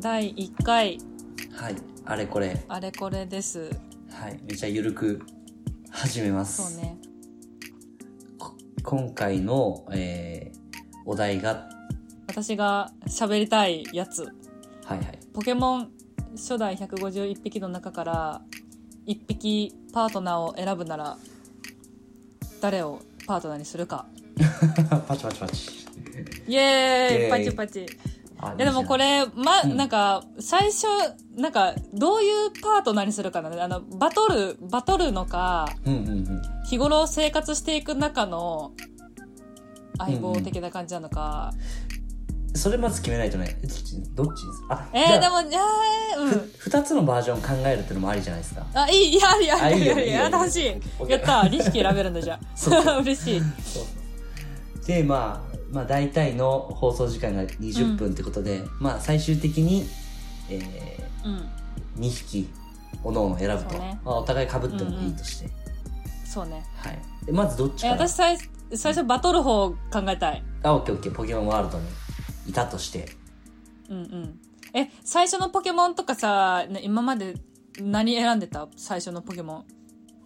第1回はいあれこれあれこれですはいでじゃあゆるく始めますそうねこ今回の、えーお題が私が喋りたいやつはい はいポケモン初代151匹の中から1匹パートナーを選ぶなら誰をパートナーにするかパチパチパチイエーイイエーイパチパチあいやでもこれ、ま、うんなんか、最初、なんか、どういうパートナーにするかなあの、バトル、バトルのか、うんうんうん日頃生活していく中の相棒的な感じなのか。それまず決めないとねどっちどっちですあえー、じでゃあも、いやーうん。ふ2つのバージョン考えるってのもありじゃないですかあ、いい、いや、いや、あいいいよや、いいいよや、楽しい。 OK やった、リシキ選べるんだじゃそうあ。 嬉しい。でまあまあ大体の放送時間が20分ってことで、まあ最終的に、えうん。ー、2匹おのおの選ぶと、そうねまあ、お互い被ってもいいとして、そうね。はいでまずどっちえ、から私最、最初バトル方考えたい。あオッケーオッケーポケモンワールドにいたとしてうんうん。え、最初のポケモンとかさ、ね今まで何選んでた最初のポケモン。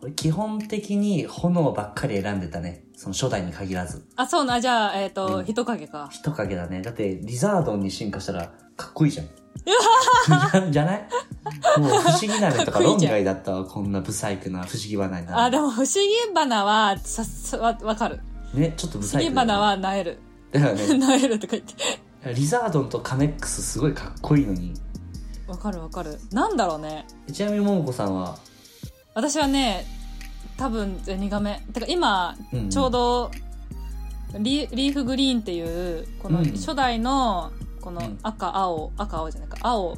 俺基本的に炎ばっかり選んでたねその初代に限らずあ、そうな、じゃあ、えっ、と、うん人影か。人影だねだってリザードンに進化したらかっこいいじゃ んじゃないもう不思議鍋かとかっこいい論じゃん外だったわこんな不細工な不思議話になあ、でも、不思議花は、さ、さ、わ、わかる。ね、ちょっ不と不思細議工だよね花は、なえる。だよね なえるとか言って。リザードンとカメックスすごいかっこいいのにわかるわかる。なんだろうね。ちなみにももこさんは、私はね、多分、ゼニガメ。てか、今、んんちょうど、リリーフグリーンっていう、このうん初代の、このうん赤、青、赤、青じゃないか、青の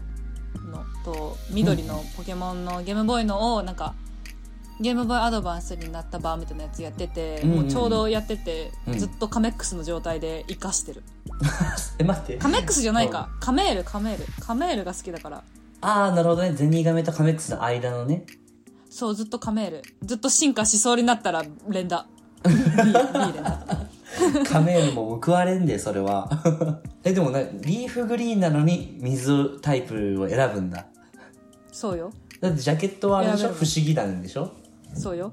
と緑のポケモンのゲームボーイのを、なんか、ゲームボーイアドバンスになった版みたいなやつやってて、うんうんもうちょうどやってて、うんずっとカメックスの状態で活かしてる。え待ってカメックスじゃないか。カメール、カメール。カメールが好きだから。ああなるほどねゼニガメとカメックスの間のねそう、ずっとカメール。ずっと進化しそうになったら連打。いい連打。カメールも報われんでそれは えでもねリーフグリーンなのに水タイプを選ぶんだそうよ。だってジャケットはあれでし選ょ不べる思議なんでしょそうよ。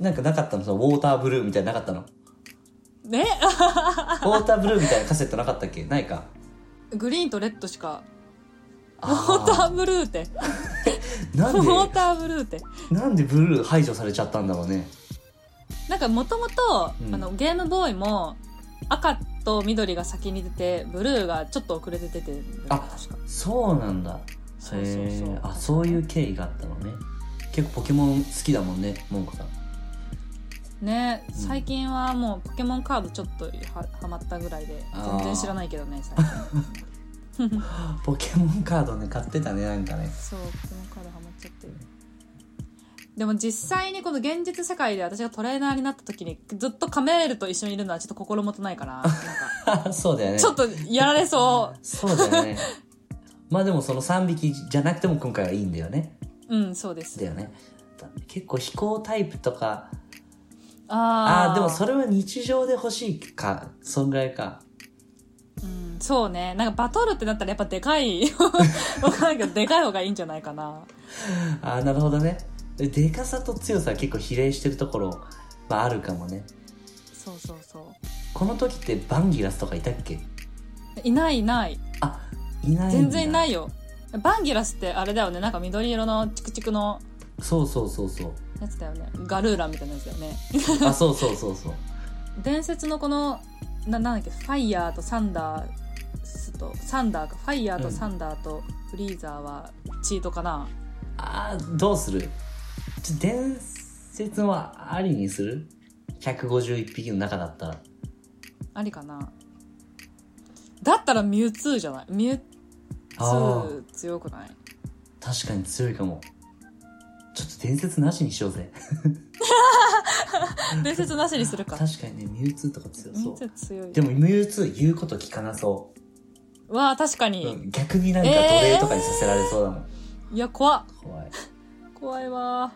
なんかなかったのそのウォーターブルーみたいなのなかったのねウォーターブルーみたいなカセットなかったっけないかグリーンとレッドしか。ウあォーターブルーって。ーなウんォーでターブルーって。なんでブルー排除されちゃったんだろうねなんかもともとう、んあの、ゲームボーイも、赤と緑が先に出て、ブルーがちょっと遅れて出てるんだよねあ確か。そうなんだそうそうそうへーあそういう経緯があったのね結構ポケモン好きだもんねもんこさんねん最近はもうポケモンカードちょっとははまったぐらいで、あー全然知らないけどね、最近。ポケモンカードね買ってたねなんかねそうポケモンカードハマっちゃってるでも実際にこの現実世界で私がトレーナーになった時にずっとカメールと一緒にいるのはちょっと心もとないからなんか そうだよねちょっとやられそそうだよね まあでもその3匹じゃなくても今回はいいんだよねううんそうですだよね結構飛行タイプとかああーあでもそれは日常で欲しいかそんぐらいかうん、そうねなんかバトルってなったらやっぱでかい わかんないけどでかい方がいいんじゃないかなああなるほどねでかさと強さは結構比例してるところ、まあ、あるかもねそうそうそこの時ってバンギラスとかいたっけういないいないあいないんだ全然いないよバンギラスってあれだよねなんか緑色のチクチクのそうそうそうそうやつだよねガルーラみたいなやつだよねあそうそうそうそう伝説のこのななんだっけファイヤーとサンダースとサンダーかファイヤーとサンダーとフリーザーはチートかな、あーどうするちょ伝説はありにする151匹の中だったらありかなだったらミュウツーじゃないミュウツあー強くない確かに強いかもちょっと伝説なしにしようぜ伝説なしにするか 確かにねミュウツーとか強ミュそウツー強ういでもミュウツー言うこと聞かなそわあ確かに、う、うん逆になんか奴隷とかにさせられそうだもん、いや怖っ怖い怖いわ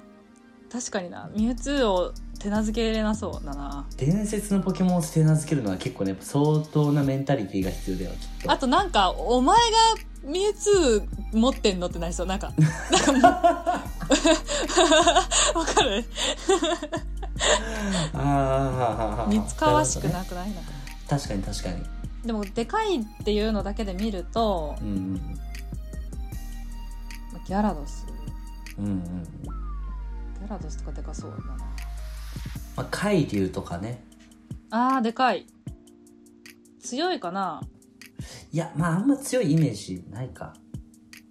確かになミュウツーを手なずけれなそうだな伝説のポケモンを手なずけるのは結構ねやっぱ相当なメンタリティーが必要だよきっとあとなんかお前がミュウツー持ってんのってなりそうなんかなんかもうわかるああ似つかわしくいなくないなんか確かに確かにでもでかいっていうのだけで見るとうんギャラドスうんうんうんギャラドスとかでかそうだなまあ海流とかねあーでかい強いかないやまああんま強いイメージないか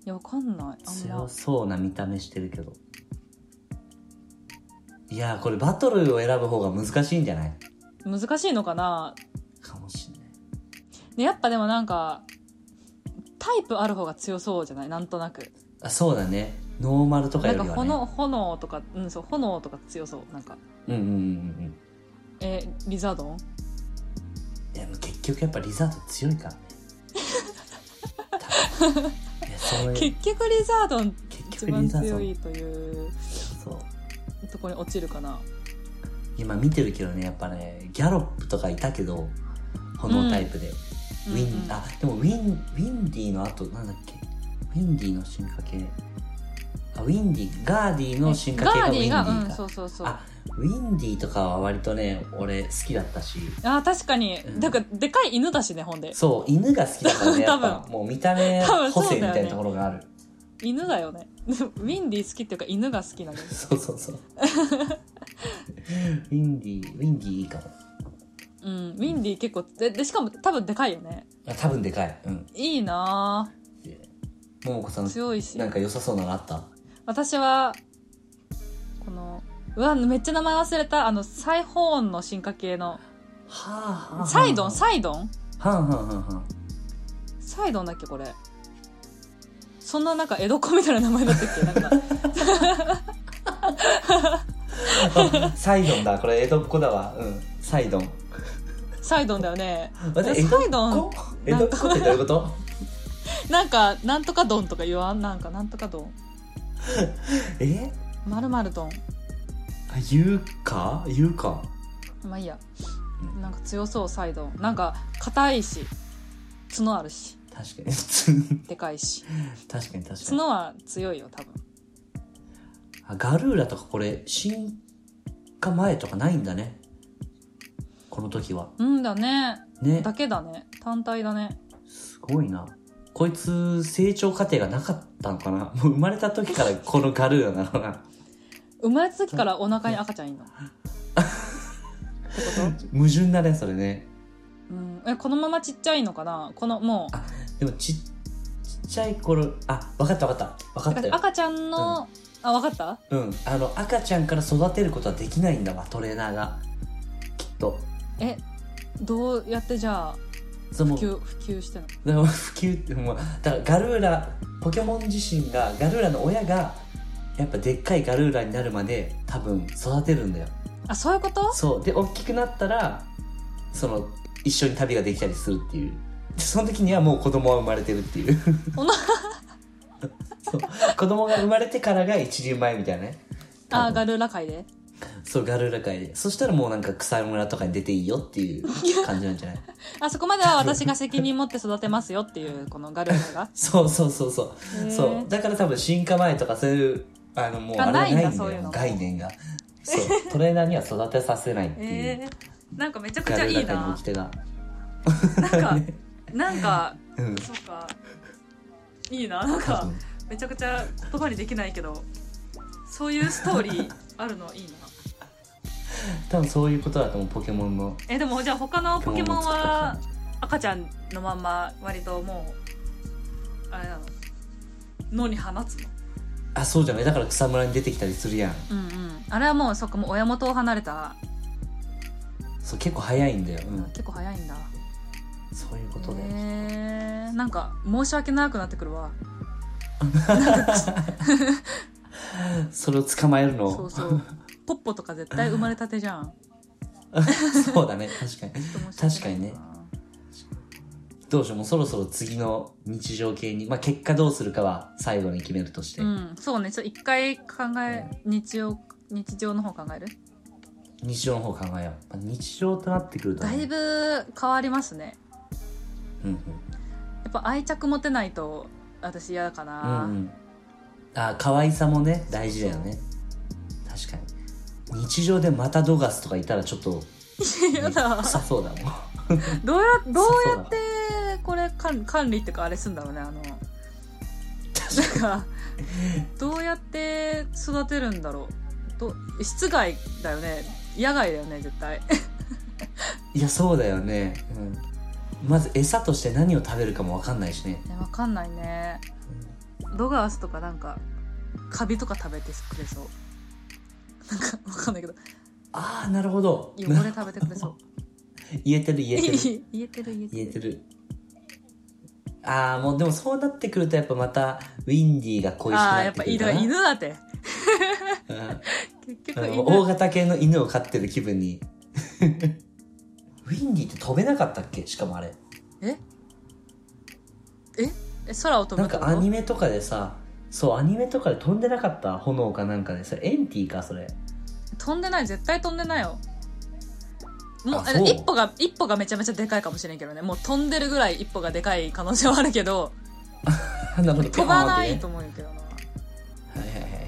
いやわかんないあんま強そうな見た目してるけどいやーこれバトルを選ぶ方が難しいんじゃない難しいのかなかもしんないでやっぱでもなんかタイプある方が強そうじゃないなんとなくあそうだねノーマルとかなんよりかはね炎炎とか、うん、そう炎とか強そうなんかうんうんうんうんえリザードンいやでも結局やっぱリザード強いから ね多分いやそういう結局リザードン結一局番リザード強いというそうところに落ちるかな今見てるけどねやっぱねギャロップとかいたけど炎タイプで、ウィン、うんうんあでもウィンウィンディの後なんだっけウィンディの進化系あウィンディガーディの進化系がガウーディンディィがか、うんそうそうそうああウィンディとかは割とね俺好きだったしー確かに、うんだからでかい犬だしねほんでそう犬が好きだからねや 多っ分ぱもう見た目多分個そうだ性よみねたいなところがある犬だよね ウィンディ好きっていうか犬が好きなのそうそうそう ウィンディウィンディいいかもうんウィンディ結構ででしかも多分でかいよねあ多分でかいうんいいなももこさぁん強いしなんか良さそうなのあった私はこのうわめっちゃ名前忘れたあのサイホーンの進化系のはあサイドンサイドンはあはあはあはサイドンだっけこれそんななんか江戸っ子みたいな名前だったっけなんか ああサイドンだこれ江戸っ子だわうんサイドンサイドンだよね待って江戸っサイドン子江戸っ子ってどういうことなんかなんとかドンとか言わんなんかなんとかドンえまるまるドンあ言うか言うかまあいいやうなんか強そうサイドンなんか硬いし角あるし確かに確でかいしかに確かに角は強いよ多分あガルーラとかこれ進化前とかないんだねこの時はうんだねねだけだね単体だねすごいなこいつ成長過程がなかったのかなもう生まれた時からこのガルーラなのかな生まれた時からお腹に赤ちゃんいんのってこ矛盾だねそれねと、うん、えこのままちっちゃいのかなこのもうでもちちっちゃい頃あ分かった分かった分かったよ赤ちゃんの、あわかったうんあの赤ちゃんから育てることはできないんだわトレーナーがきっとえどうやってじゃあその普及普及してんのでも普及ってもうだからガルーラポケモン自身がガルーラの親がやっぱでっかいガルーラになるまで多分育てるんだよあそういうことそうで大きくなったらその一緒に旅ができたりするっていうでその時にはもう子供は生まれてるっていうおな そう子供が生まれてからが一人前みたいなねあガルーラ界でそうガルーラ界でそしたらもうなんか草むらとかに出ていいよっ ていう感じなんじゃないあそこまでは私が責任持って育てますよっていうこのガルーラがそうそうそうそうへーそうだから多分進化前とかそういうあのもうあれがあなないいんんだだよそういうの概 念がそうトレーナーには育てさ せないっていう、えー、なんかめちゃくちガゃルいーいラ界のな掟が、なんか なんかうん、そうかいいななん多か分めちゃくちゃ言葉にできないけどそういうストーリーあるのいいな多分そういうことだと思うポケモンのえでもじゃあ他のポケモンポケモンを作はっ赤ちゃんのまんま割ともうあれなの脳に放つのあそうじゃないだから草むらに出てきたりするやんうんうんあれはもうそこもう親元を離れた、そう結構早いんだよ、うん、結構早いんだそういうことで、へえなんか申し訳なくなってくるわそれを捕まえるのそうそう ポッポとか絶対生まれたてじゃんそうだね確かにちょっと申し訳ないな 確どうしようもうそろそろ次の日常系に、まあ、結果どうするかは最後に決めるとして、うんそうねちょっと一回考え日常日常の方考える日常の方考えよう、まあ、日常となってくるとね、だいぶ変わりますねうんうん、やっぱ愛着持てないと私嫌かうな、 んあ可愛さもね大事だよね確かに日常でマタドガスとかいたらちょっとやだ臭そう だもんどうやどうやっそてこれ管管理っていうかあれすんだろうねあのなんかどうやって育てるんだろうど室外だよね野外だよね絶対いやそうだよね、うん、まず餌として何を食べるかも分かんないしねねわかんないねドガースとかなんかカビとか食べてくれそうなんかわかんないけどああなるほど汚れ食べてくれそう 言えてる言えてる 言えてる言えて言えるてるああもうでもそうなってくるとやっぱまたウィンディーが恋しくああーなやっってぱくる犬かなだ犬だってうん結局あの 犬大型犬の犬を飼ってる気分にウィンディーって飛べなかったっけしかもあれえええ空を飛なぶんってかこアとニメとかでさそうアニメとかで飛んでなかった炎かなんかでそれエンティかそれ 飛んでない絶対飛んでないよもうああそうの一歩が一歩がめちゃめちゃでかいかもしれんけどねもう飛んでるぐらい一歩がでかい可能性はあるけどなるほど飛ばないとは思うけどないはいはいはい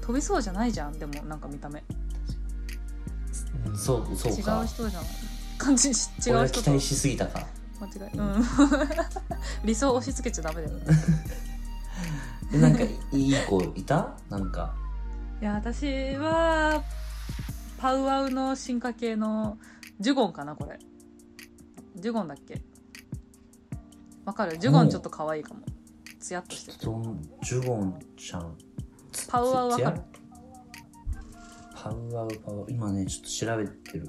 飛びそうじゃないじゃんでもなんか見た 目うんそうそ違う人うじかゃない感じし違俺うは人期と間待しすぎたか違いうん 理想押し付けちゃダメだよねでなんかいいい子いたなんかいや私はパウアウの進化系のジュゴンかなこれジュゴンだっけわかるジュゴンちょっと可愛いかもツヤっとしててジョンジュゴンちゃんパウアウわかるパウアウパウアウ今ねちょっと調べてる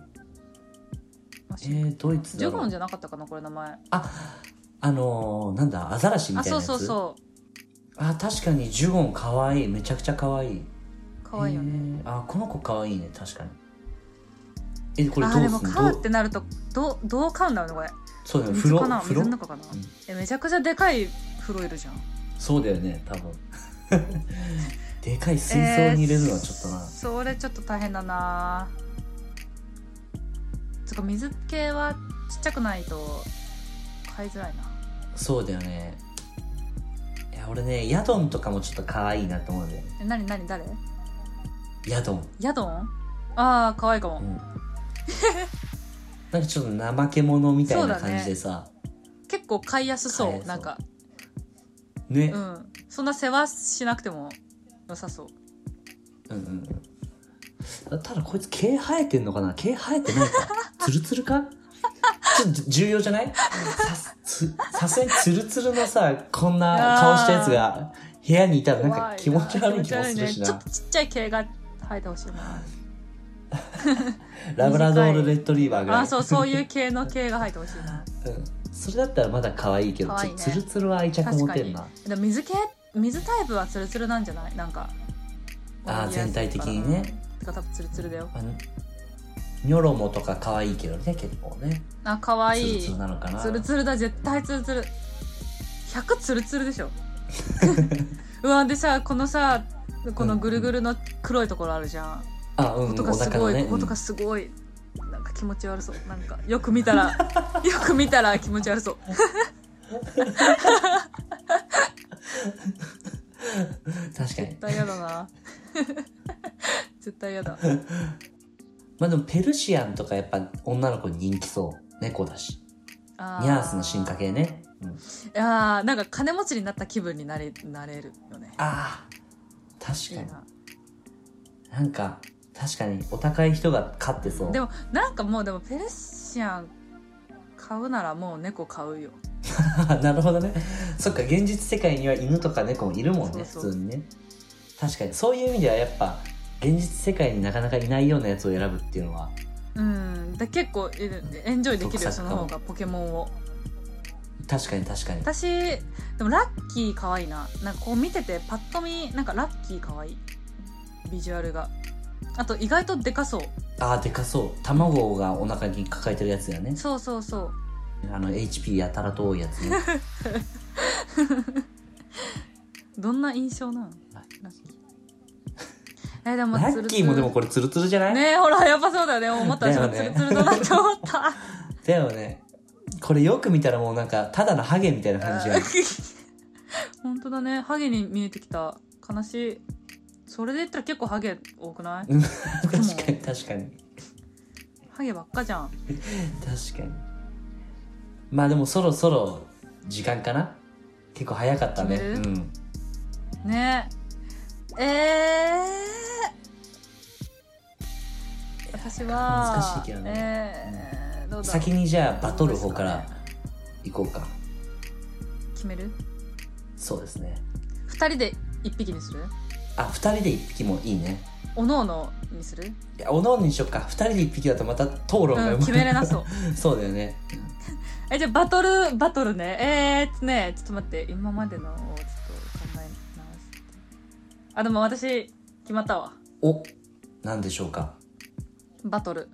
あえー、ドイツジだュゴろンうじゃなかったかなこれ名前ああのー、なんだアザラシみあたいなそやうそつうそうあ確かにジュゴンかわいいめちゃくちゃかわいい可愛いよねへーあこの子かわいいね確かにえこれあどうーですもんの飼うどっうてなるとどうどう飼うんだろうねこれそうだよね風水呂かな風水呂の中かなうんえめちゃくちゃでかい風呂いるじゃんそうだよね多 分でかい水槽に入れるのはちょっとな、えーそれちょっと大変だなつうか水系はちっちゃくないと飼いづらいなそうだよねいや俺ねヤドンとかもちょっとかわいいなと思うんだよねえなになに誰ヤドンヤドンああ可愛いかも、うんなんかちょっと怠け者みたいな感じでさ、結構飼いやすそう飼いやすそうなんかね、うんそんな世話しなくても良さそううんうんうんただこいつ毛生えてんのかな毛生え てないかツルツルかちょっと重要じゃないさすさすがにツルツルのさこんな顔したやつが部屋にいたらなんか気持ち悪い気もするし気持ち悪いねちょっなとちっちゃい毛が生えてほしいなラブラドールレッドリーバーぐらいあそうそういう系の毛が生えてほしいなうんそれだったらまだ可愛いけど可ち愛いょっねとツルツルは愛着持てるなでも水系水タイプはツルツルなんじゃないなんかあー全体的にねうんてか多分ツルツルだよあのニョロモとか可愛いけどね結構ねあ可愛ツいルツルなのかなツルツルだ絶対ツルツル100ツルツルでしょ うわでさこのさこのぐるぐるの黒いところあるじゃんあうん音おがす腹ごのい、ね音がすごいなんか気持ち悪そうなんかよく見たらよく見たら気持ち悪そううん確かに絶対嫌だな絶対嫌だまあでもペルシアンとかやっぱ女の子に人気そう。猫だし。あニャースの進化系ね。うん、いやーなんか金持ちになった気分になれなれるよねああ、い確かいに。ななんか、確かにお高い人が飼ってそう。でもなんかもうでもペルシアン買うならもう猫買うよなるほどね。そっか、現実世界には犬とか猫もいるもんね、そうそう普通にね。確かに、そういう意味ではやっぱ、現実世界になかなかいないようなやつを選ぶっていうのは、うんだ結構えエンジョイできるよそ得策のかも方がポケモンを確かに確かに。私でもラッキー可愛いななんかこう見ててパッと見なんかラッキー可愛いビジュアルがあと意外とでかそうああ、でかそう。卵がお腹に抱えてるやつだよね。そうそうそうあの、HP やたらと多いやつ ね。どんな印象なのラッラッキーえでもラツルツッキルーもでもこれツルツルじゃないねえほらやっぱそうだよね思っただ私もよねツルツルだなって思っただよねこれよく見たらもうなんかただのハゲみたいな感じやんうん本当だねハゲに見えてきた悲しいそれで言ったら結構ハゲ多くないうん 確かに確かにハゲばっかじゃん確かにまあでもそろそろ時間かな結構早かったね決めうるんねええー、私は難しいけどえー、どうだろう先にじゃあバトル方から行こうか決めるそうですね二人で一匹にするあ二人で一匹もいいねおのおのにする、いやおのおのにしよっか二人で一匹だとまた討論がう生ん、ま決めれなそう そうだよねえじゃあバトルバトルねえー、っとねちょっと待って今までのをちょっと考え直してあでも私決まったわおなんでしょうかバトル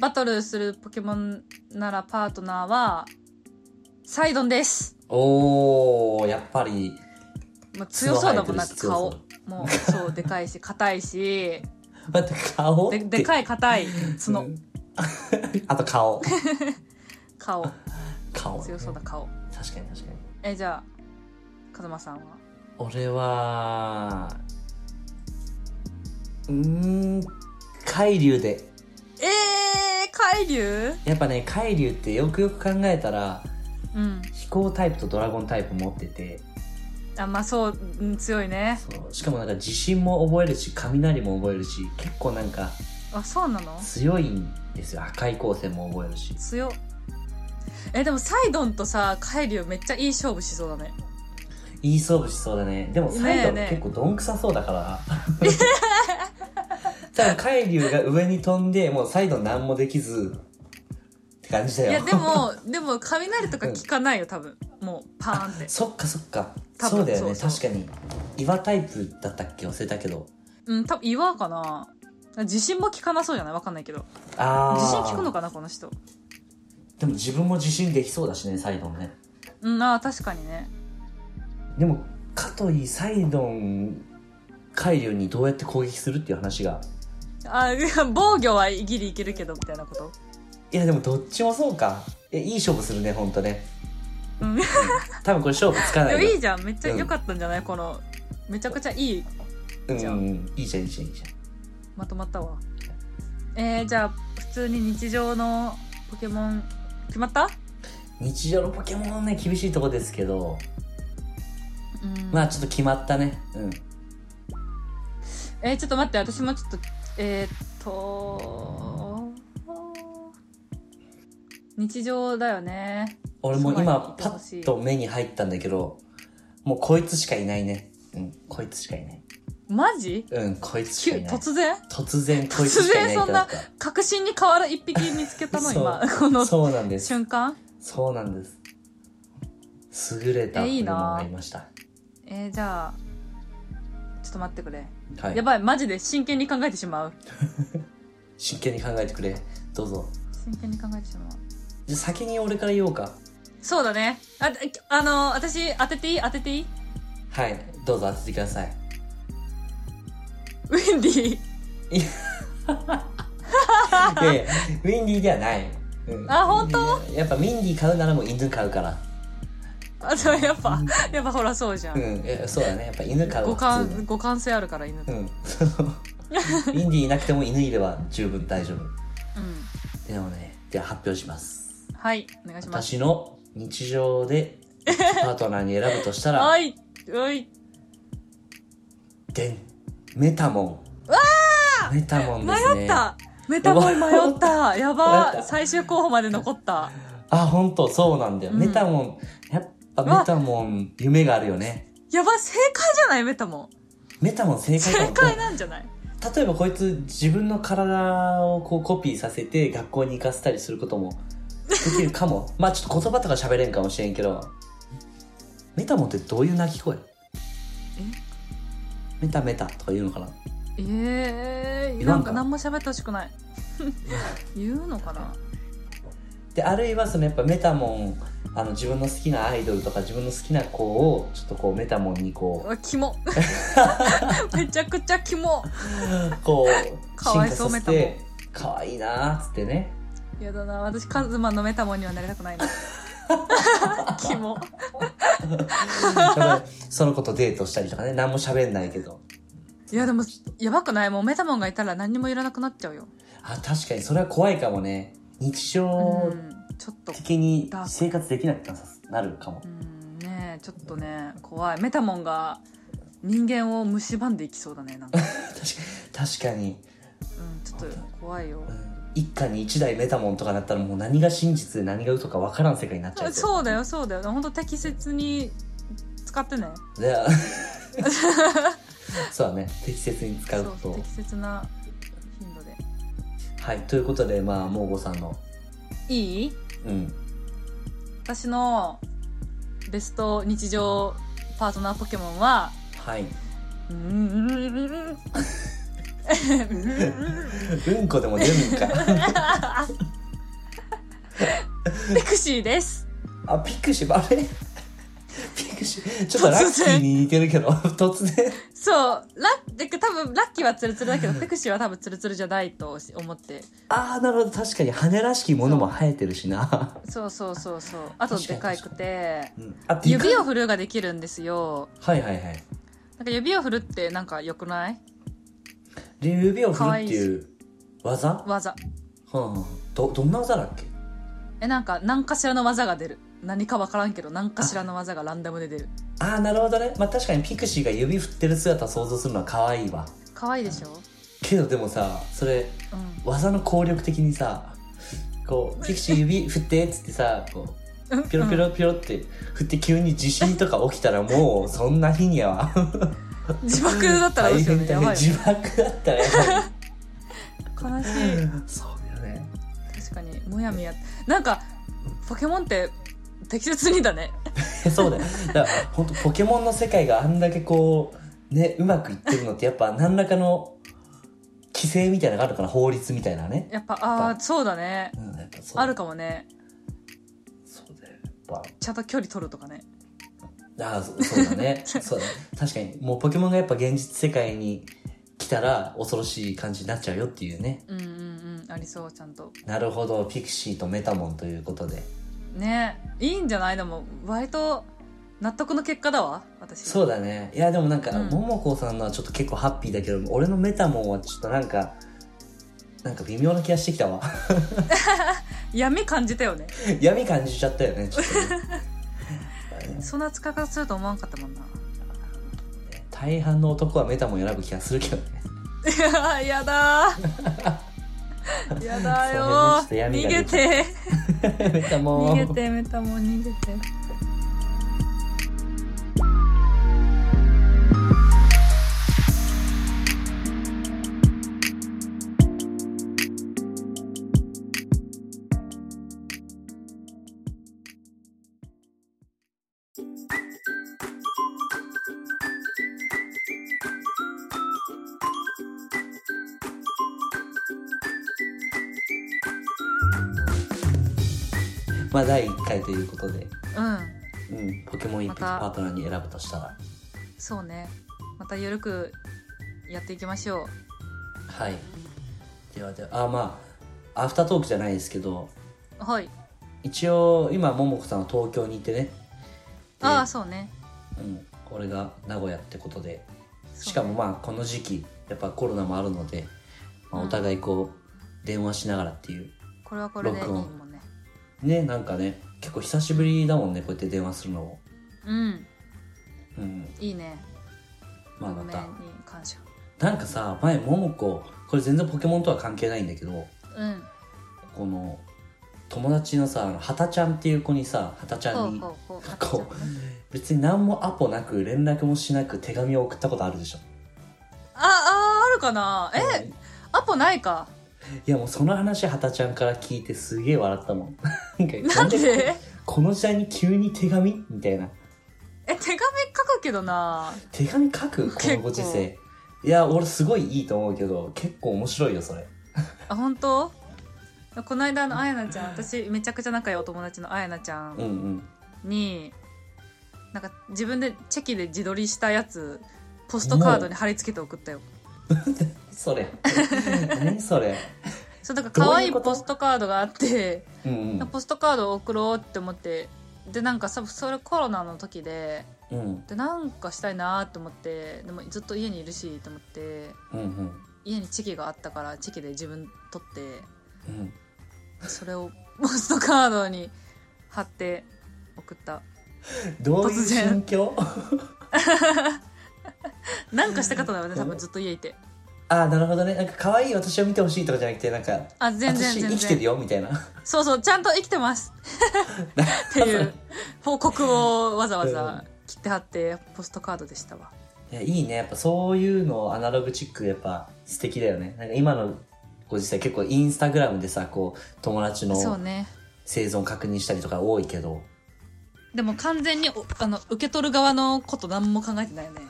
バトルするポケモンならパートナーはサイドンですおーやっぱりもう強そうだもんなんか角生え顔てるもうそうでかいし硬いし待って顔ででかい硬いそのうん あ と顔顔顔強そうな顔確かに確かにえじゃあ風間さんは俺はうーん海流でえー、海流やっぱね海流ってよくよく考えたらうん飛行タイプとドラゴンタイプ持っててあまあそううん強いねそうしかもなんか地震も覚えるし雷も覚えるし結構なんかあそうなの強いんですよ赤い光線も覚えるし強っえでもサイドンとさ海流めっちゃいい勝負しそうだねいい勝負しそうだねでもサイドねえねえ結構どんくさそうだから 多分海流が上に飛んでもうサイド何もできずって感じだいよやでもでも雷とか効かないよ多分もうパーンってそっかそっか多分そうだよねそう確かに岩タイプだったっけ忘れたけどうん多分岩かな地震も効かなそうじゃないわかんないけどああ地震効くのかなこの人でも自分も自信できそうだしねサイドンねうんあー確かにねでもかといいサイドン海流にどうやって攻撃するっていう話があー 防御はギリいけるけどみたいなこといやでもどっちもそうかいやいい勝負するねほんとねうん多分これ勝負つかな でいもよいいじゃんめっちゃ良かったんじゃないこのめちゃくちゃいいうんじゃうんんいいじゃんいいじゃんいいじまとまったわえー、じゃあ普通に日常のポケモン決まったゃん日常のポケモンはね厳しいとこですけどうんまあちょっと決まったねうんえー、ちょっと待って私もちょっとえー、っと日常だよね俺もそばに今いてパほしいッと目に入ったんだけどもうこいつしかいないねうんこいつしかいないマジうんこいつし急かいない突然突然こいつしかいないってなっ確信に変わる一匹見つけたのそう今 このたそうなんです瞬間そうなんです優れたえいいな車がいましたえー、じゃあちょっと待ってくれ、はいやばいマジで真剣に考えてしまう真剣に考えてくれどうぞ真剣に考えてしまうじゃあ先に俺から言おうかそうだねああの私当てていい当てていいはいどうぞ当ててくださいウィンディいやいやウィンディーではない、うんあ本当やっぱウィンディー買うならもう犬買うからあそうやっぱやっぱほらそうじゃ、うんんいやそうだねやっぱ犬買う五わ普通感に五感性あるから犬うんウィンディーいなくても犬いれば十分大丈夫うでもねでは発表しますん。はい、お願いします。私の日常でパートナーに選ぶとした ら、はい、はい。でんメタモンメタモンですね迷ったメタボイ迷ったや迷ばった最終候補まで残った。あ本当そうなんだよ、うんメタモンやっぱメタモン夢があるよねやば正解じゃないメタも。メタモン正解かも正解なんじゃない例えばこいつ自分の体をこうコピーさせて学校に行かせたりすることもできるかも まあちょっと言葉とか喋れんかもしれんけどメタモンってどういう鳴き声メタメタとか言うのかなええー、言わなんんかか何も喋ってほしくない。 言うのかなであるいはそのやっぱメタモンあの自分の好きなアイドルとか自分の好きな子をちょっとこうメタモンにこあキ モ。めちゃくちゃキモ。う こうかわいそう進化させてメかわいいなーっつってね やだな、私カズマのメタモンにはなりたくないな。キモ。だからその子とデートしたりとかね、何も喋んないけど。いやでも、やばくないもうメタモンがいたら何にもいらなくなっちゃうよ。あ、確かにそれは怖いかもね。日う常ん。ちょっと。的に生活できなくなるかもう。ん、ねえちょっとね、怖い。メタモンが人間を蝕んでいきそうだね、なんか。確かに。うん、ちょっと怖いよ。うん一家に一台メタモンとかだったらもう何が真実で何が嘘か分からん世界になっちゃう。そうだよ、そうだよ。本当適切に使ってね。で そうだね。適切に使うこそうと適。切な頻度ではい。ということで、まあ、モーゴさんの、いいうん。私のベスト日常パートナーポケモンははい。うーん うんこでも出る んか。ピクシーですあ、ピクシブ、あれ ピクシブ。ちょっとラッキーに似てるけど、突然。そうラッで多分ラッキーはツルツルだけどピクシーは多分ツルツルじゃないと思ってああ、なるほど。確かに羽らしきものも生えてるしな。そうそうそうそうあと確かでにかいくてうん、あ、でかい指を振るができるんですよはいはいはい。なんか指を振るってなんか良くないで、指を振るっていう技技うんうん。ど、どんな技だっけえなんか何かしらの技が出る何か分からんけど何かしらの技がランダムで出るああ、なるほどね。まあ確かにピクシーが指振ってる姿想像するのは可愛いわ。可愛いでしょ、けどでもさ、それ、うん、技の効力的にさこうピクシー指振ってっつってさこうピロピロピロって振って急に地震とか起きたらも うそんな日には自爆だったらどう大しようね変だやねばいよ自爆だったらや悲しばい いそうだよね確かにもやみやなんかポケモンって適切にだね そうだよだから本当ポケモンの世界があんだけこうねうまくいってるのってやっぱ何らかの規制みたいなのがあるのから法律みたいなね、やっぱああそうだねうん、やっぱそうあるかもねそうだよやっぱちゃんと距離取るとかねああそそうだねそうだね確かにもうポケモンがやっぱ現実世界に来たら恐ろしい感じになっちゃうよっていうねうんうんうんありそうちゃんとなるほどピクシーとメタモンということでねいいんじゃないでも割と納得の結果だわ私そうだねいやでもなんかうんももこさんのはちょっと結構ハッピーだけど俺のメタモンはちょっとなんかなんか微妙な気がしてきたわ闇感じたよね闇感じちゃったよねちょっ とねそんな使い方すると思わんかったもんな大半の男はメタモン選ぶ気がするけどねいや やだー やだよそうねちょっーと闇逃がげ出ちて メタ モン逃げてメタモン逃げてまあ第1回ということで、うんうん、ポケモン一ま匹たパートナーに選ぶとしたらそうねまたゆるくやっていきましょはい。ではでは、あ、まあ、アフタートークじゃないですけど、うはい一応、今、ももこさんは東京にいてね、ああそうねうん、俺が名古屋ってことで、そうしかもまあ、この時期、やっぱコロナもあるので、まあ、お互いこう、電話しながらっていう、これはこれでいい録音もんねね、なんかね、結構久しぶりだもんね、こうやって電話するのも。うんうん、いいねまあまた運。命に感謝なんかさ、前、ももこ、これ全然ポケモンとは関係ないんだけど、うんこの、友達のさ、あのはたちゃんっていう子にさ、はたちゃほんうにほうほうあことちうゃんとね別に何もアポなく連絡もしなく手紙を送ったことあるでしょああーあるかなえうんアポないかいやもうその話はたちゃんから聞いてすげえ笑ったも んなんかなんでこの時代に急に手紙みたいなえ手紙書くけどな手紙書くこのご時世いや俺すごいいいと思うけど結構面白いよそれあ本当この間のあやなちゃん私めちゃくちゃ仲良いお友達のあやなちゃんうんうんになんか自分でチェキで自撮りしたやつポストカードに貼り付けて送ったよそれ何それ そうだから可愛いどういうことポストカードがあってうんポストカードを送ろうって思ってでなんかさそれコロナの時でうんうんでなんかしたいなーって思ってでもずっと家にいるしと思ってうんうん家にチェキがあったからチェキで自分取ってうんそれをポストカードに貼って送ったどういう突然心境なんかしたかったんだよね多分ずっと家いてああなるほどねなんか可愛い私を見てほしいとかじゃなくてなんかあ全然私全生きてる然よみたいなそうそうちゃんと生きてますっていう報告をわざわざ切って貼ってポストカードでしたわいやいいねやっぱそういうのアナログチックやっぱ素敵だよねなんか今のご時世結構インスタグラムでさこう友達のそうね生存確認したりとか多いけどでも完全におあの受け取る側のこと何も考えてないよ ね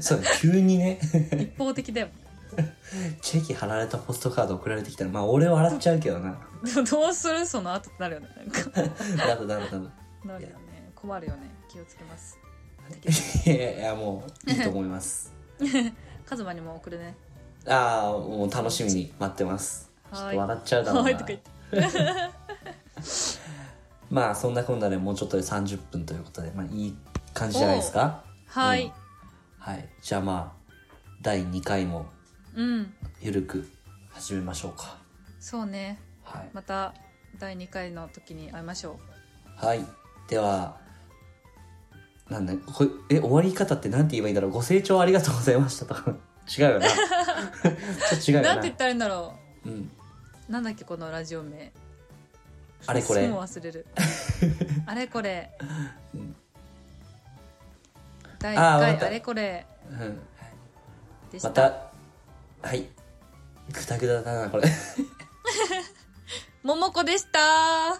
そう急にね 一方的だよチェキ貼られたポストカード送られてきたらまあ俺は笑っちゃうけどなでもどうするその後ってなるよねなんかだるだるだるなるよね困るよね気をつけますいやいやもういいと思いますカズマにも送るねああもう楽しみに待ってますちょはーっいと笑っちゃうだろうはーいなとか言ってまあそんなこんなでもうちょっとで30分ということでまあいい感じじゃないですかはい、うんはいじゃあまあ第2回もうん、ゆるく始めましょうかそうね。はい、また第2回の時に会いましょはい、ではなんだこえ終わり方ってなんて言えばいいんだろうご清聴ありがとうございましたとか 違うよなちょっと違う。うよななんて言ったらいいんだろうん、う。なんだっけこのラジオ名。あれこれもう忘れ る。あれこれ。第あ1ーわか回ったあれこれうん、でしまた。たはいグダグダだなこれ ももこでした。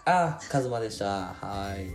あカズマでしたはい